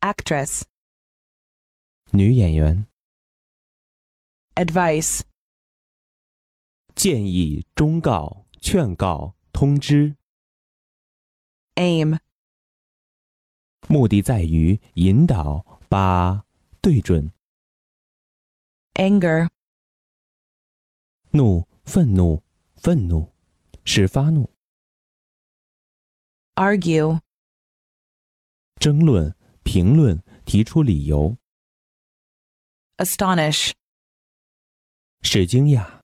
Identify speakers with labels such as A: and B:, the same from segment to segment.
A: actress,
B: 女演员
A: advice,
B: 建议、忠告、劝告、通知，
A: aim,
B: 目的在于引导、把对准
A: anger,
B: 怒、愤怒、愤怒，使发怒、
A: argue,
B: 争论、评论、提出理由、
A: astonish,
B: 使惊讶、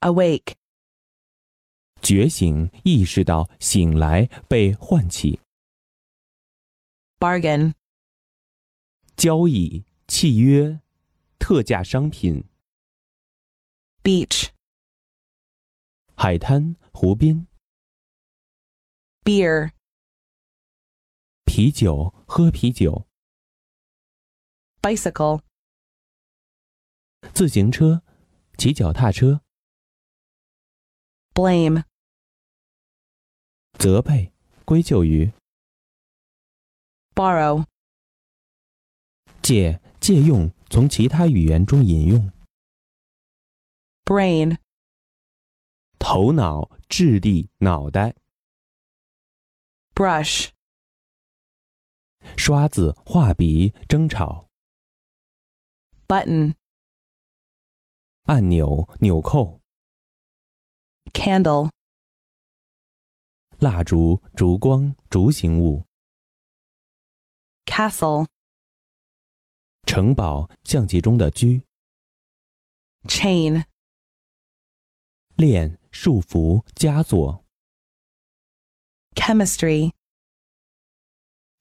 A: awake,
B: 觉醒、意识到、醒来、被唤起、
A: bargain,
B: 交易、契约、特价商品、
A: beach,
B: 海滩、湖滨、
A: beer,
B: 啤酒、喝啤酒、
A: bicycle,
B: 自行车、骑脚踏车、
A: blame,
B: 责备、归咎于、
A: borrow,
B: 借、借用、从其他语言中引用、
A: brain,
B: 头脑、智力、脑袋、
A: brush,
B: 刷子、画笔、争吵、
A: button,
B: 按钮、纽扣、
A: candle,
B: 蜡烛、烛光、烛形物、
A: castle,
B: 城堡、象棋中的车。
A: chain,
B: 链、束缚、枷锁、
A: chemistry,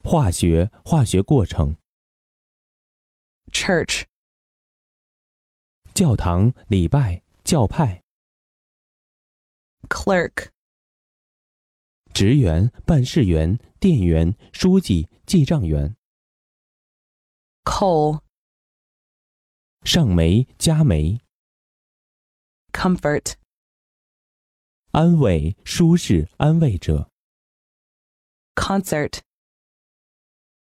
B: 化学、化学过程、
A: church,
B: 教堂、礼拜、教派、
A: clerk,
B: 职员、办事员、店员、书记、记账员、
A: coal,
B: 上煤、加煤、
A: comfort,
B: 安慰、舒适、安慰者、
A: concert,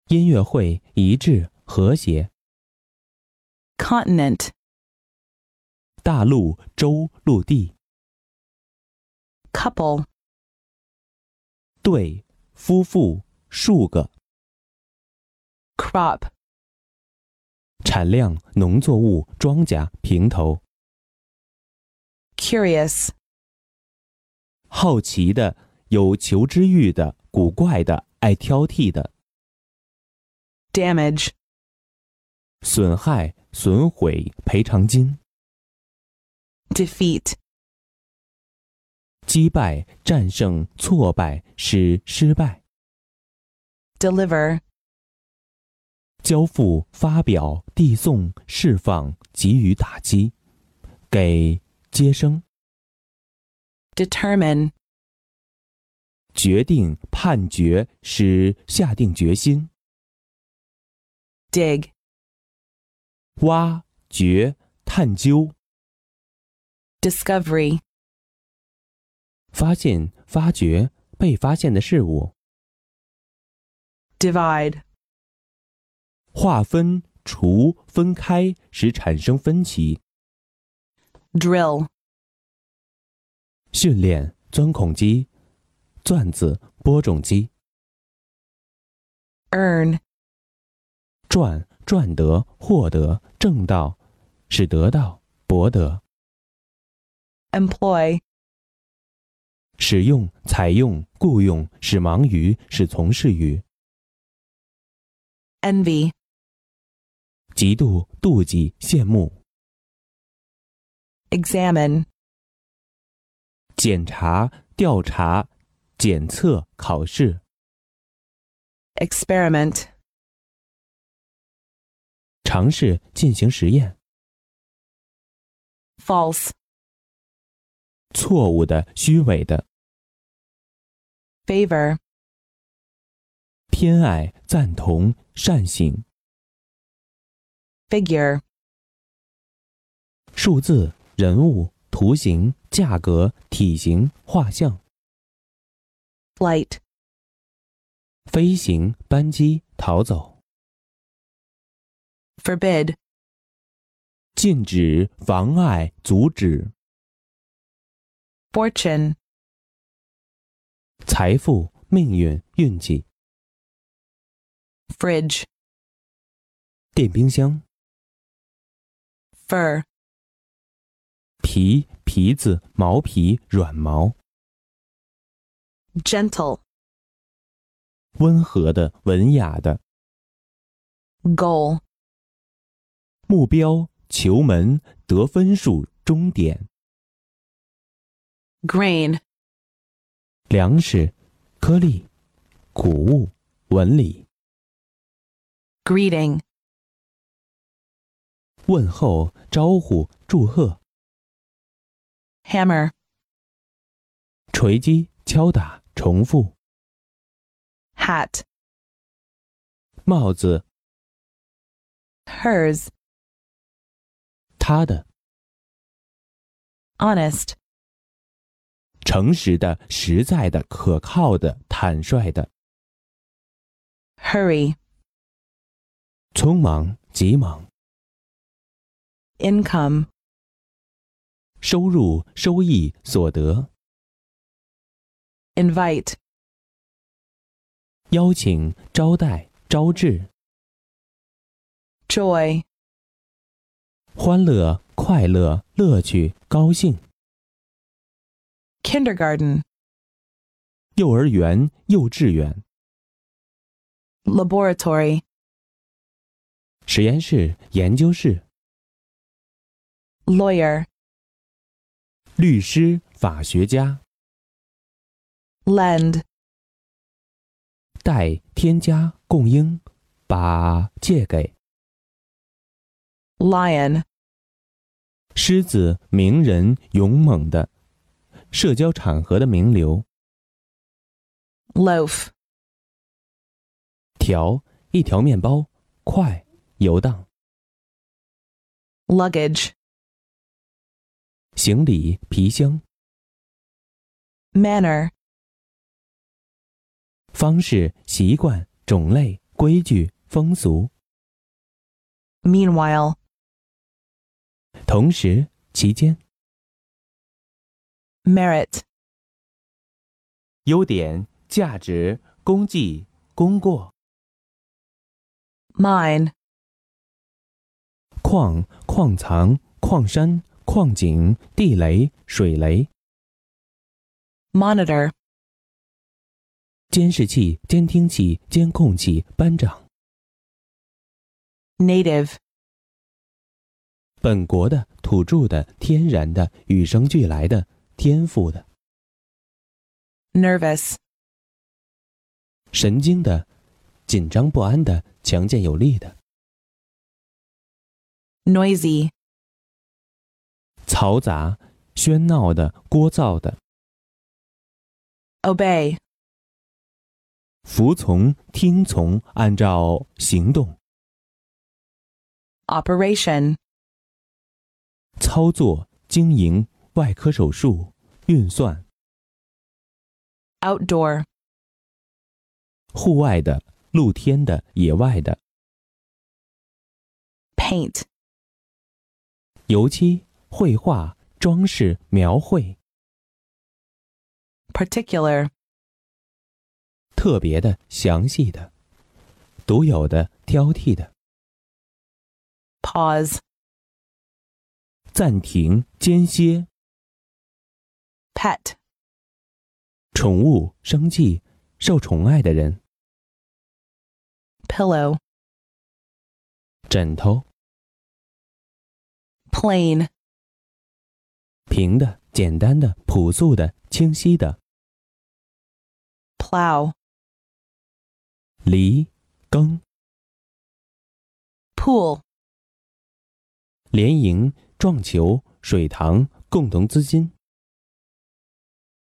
B: 音乐会、一致、和谐、
A: continent,
B: 大陆、州、陆地、
A: couple,
B: 对、夫妇、数个、
A: crop,
B: 产量、农作物、庄稼、平头、
A: curious,
B: 好奇的、有求知欲的、古怪的、爱挑剔的。
A: damage,
B: 损害、损毁赔偿金、
A: defeat,
B: 击败、战胜、挫败、使失败、
A: deliver,
B: 交付、发表、递送、释放、给予打击、给接生、
A: determine,
B: 决定、判决、使下定决心、
A: dig,
B: 挖掘、探究、
A: discovery,
B: 发现、发掘被发现的事物、
A: divide,
B: 划分、除、分开，使产生分歧、
A: drill,
B: 训练、钻孔机、钻子、播种机。
A: earn,
B: 赚、赚得、获得、挣到，使得到、博得、
A: employ,
B: 使用、采用、雇佣，使忙于，使从事于，
A: envy,
B: 嫉妒、妒忌、羡慕，
A: examine,
B: 检查、调查、检测、考试，
A: experiment,
B: 尝试进行实验，
A: false,
B: 错误的、虚伪的，
A: favor,
B: 偏爱、赞同、善行，
A: figure,
B: 数字、人物、图形、价格、体型、画像，
A: flight,
B: 飞行扳机逃走，
A: forbid,
B: 禁止、妨碍、阻止。
A: fortune,
B: 财富、命运、运气、
A: fridge,
B: 电冰箱、
A: fur,
B: 皮、皮子、毛皮、软毛、
A: gentle,
B: 温和的、文雅的、
A: goal,
B: 目标、球门、得分数、终点、
A: grain,
B: 粮食、颗粒、谷物、纹理、
A: greeting,
B: 问候、招呼、祝贺、
A: hammer,
B: 锤击、敲打、重复、
A: hat,
B: 帽子、
A: hers,
B: 他的、
A: honest,
B: 诚实的、实在的、可靠的、坦率的、
A: hurry,
B: 匆忙、急忙、
A: income,
B: 收入、收益、所得。
A: invite,
B: 邀请、招待、招致、
A: joy,
B: 欢乐、快乐、乐趣、高兴、
A: kindergarten,
B: 幼儿园、幼稚园、
A: laboratory,
B: 实验室、研究室、
A: lawyer,
B: 律师、法学家、
A: lend,
B: 代、添加、供应、把、借给、
A: lion,
B: 狮子、名人、勇猛的、社交场合的名流、
A: loaf,
B: 条、一条面包、快、游荡、
A: luggage,
B: 行李、皮箱、
A: manner,
B: 方式、习惯、种类、规矩、风俗。
A: meanwhile,
B: 同时期间，
A: merit,
B: 优点、价值、功绩、功过、
A: mine,
B: 矿、矿藏、矿山、矿井、地雷、水雷、
A: monitor,
B: 监视器、监听器、监控器、班长、
A: native,
B: 本国的、土著的、天然的、与生俱来的、天赋的、
A: nervous,
B: 神经的、紧张不安的、强健有力的、
A: noisy,
B: 嘈杂、喧闹的、聒噪的、
A: obey,
B: 服从、听从、按照行动、
A: operation,
B: 操作、经营、外科手术、运算、
A: outdoor,
B: 户外的、露天的、野外的、
A: paint,
B: 油漆、绘画、装饰、描绘、
A: particular,
B: 特别的、详细的、独有的、挑剔的、
A: pause,
B: 暂停、间歇、
A: pet,
B: 宠物、生计、受宠爱的人、
A: pillow,
B: 枕头、
A: plain,
B: 平的、简单的、朴素的、清晰的、
A: plow,
B: 犁、耕、
A: pool,
B: 联营、撞球、水塘、共同资金。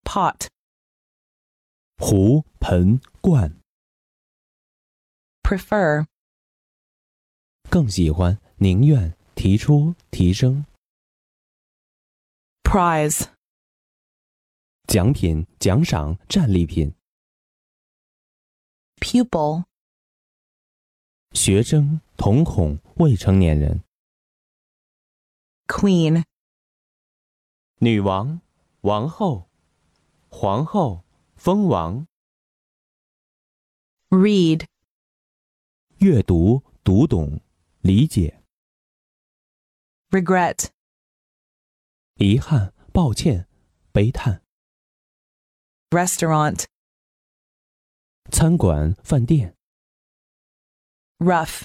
A: pot,
B: 壶、盆、罐，
A: prefer,
B: 更喜欢、宁愿、提出、提升、
A: prize,
B: 奖品、奖赏、战利品、
A: pupil,
B: 学生、瞳孔、未成年人、
A: queen,
B: 女王、王后、皇后、蜂王。
A: read,
B: 阅读、读懂、理解、
A: regret,
B: 遗憾、抱歉、悲叹、
A: restaurant,
B: 餐馆、饭店、
A: rough,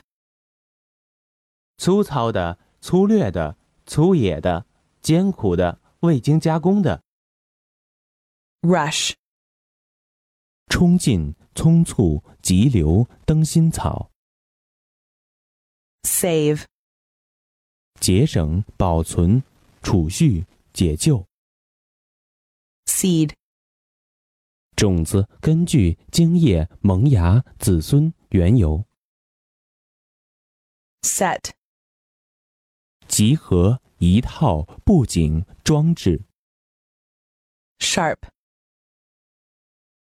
B: 粗糙的、粗略的、粗野的、艰苦的、未经加工的、
A: rush,
B: 冲进、匆促、急流、灯芯草、
A: save,
B: 节省、保存、储蓄、解救、
A: seed,
B: 种子、根据、茎叶、萌芽、子孙、缘由、
A: set,
B: 集合、一套、布景、装置。
A: sharp,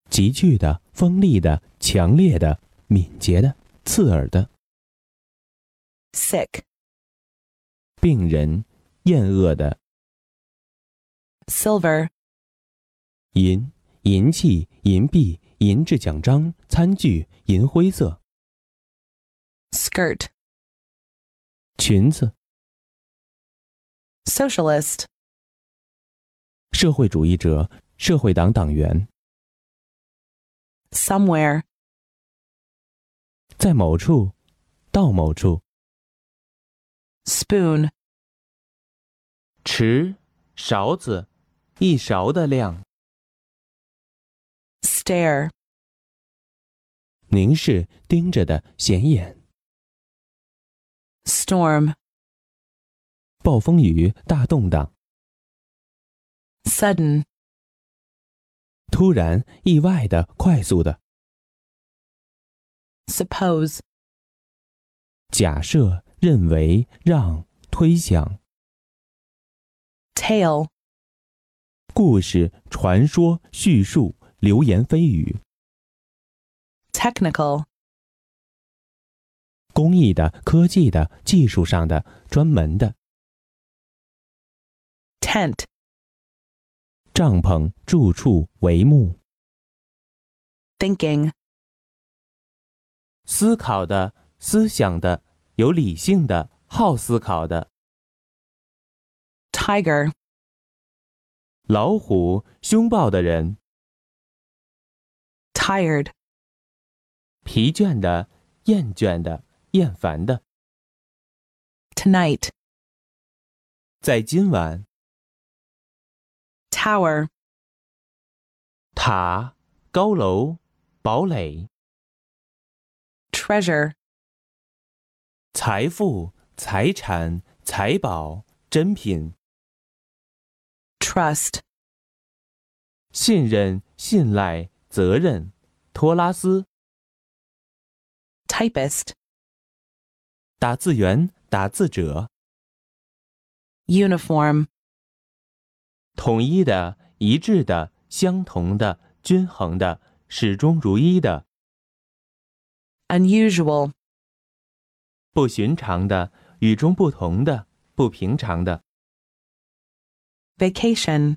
B: 急剧的、锋利的、强烈的、敏捷的、刺耳的。
A: sick,
B: 病人，厌恶的，
A: silver,
B: 银、银器、银币、银质奖章、餐具、银灰色、
A: skirt,
B: 裙子。
A: socialist,
B: 社会主义者，社会党党员，
A: somewhere,
B: 在某处，到某处。
A: spoon,
B: 匙、勺子，一勺的量。
A: stare,
B: 凝视，盯着的，显眼。
A: storm,
B: 暴风雨，大动荡。
A: sudden,
B: 突然，意外的，快速的。
A: suppose,
B: 假设、认为、让、推想、
A: tale,
B: 故事、传说、叙述、流言蜚语、
A: technical,
B: 工艺的、科技的、技术上的、专门的、
A: tent,
B: 帐篷、住处、帷幕、
A: thinking,
B: 思考的、思想的、有理性的、好思考的、
A: tiger,
B: 老虎、凶暴的人、
A: tired,
B: 疲倦的、厌倦的、厌烦的，
A: tonight,
B: 在今晚
A: tower,
B: 塔、高楼、堡垒、
A: treasure,
B: 财富、财产、财宝、珍品。
A: trust,
B: 信任、信赖、责任。托拉斯，
A: typist,
B: 打字员、打字者，
A: uniform,
B: 统一的、一致的、相同的、均衡的、始终如一的、
A: unusual,
B: 不寻常的、与众不同的、不平常的。
A: vacation,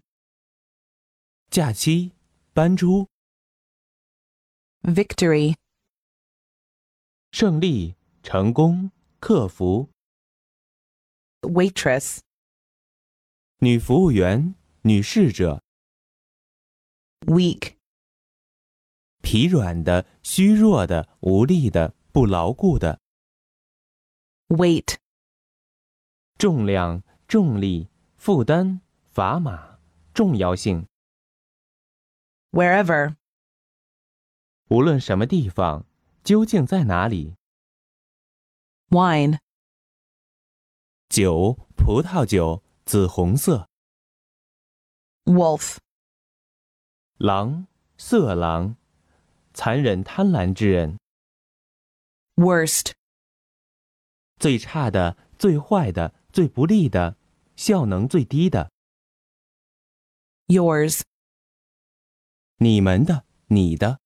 B: 假期、搬出、
A: victory,
B: 胜利、成功、克服。
A: waitress,
B: 女服务员、女侍者，
A: weak,
B: 疲软的、虚弱的、无力的、不牢固的。
A: weight,
B: 重量、重力、负担、砝码、重要性，
A: wherever,
B: 无论什么地方，究竟在哪里？
A: wine,
B: 酒，葡萄酒，紫红色，
A: wolf,
B: 狼，色狼，残忍贪婪之人，
A: worst,
B: 最差的、最坏的、最不利的，效能最低的，
A: yours,
B: 你们的，你的，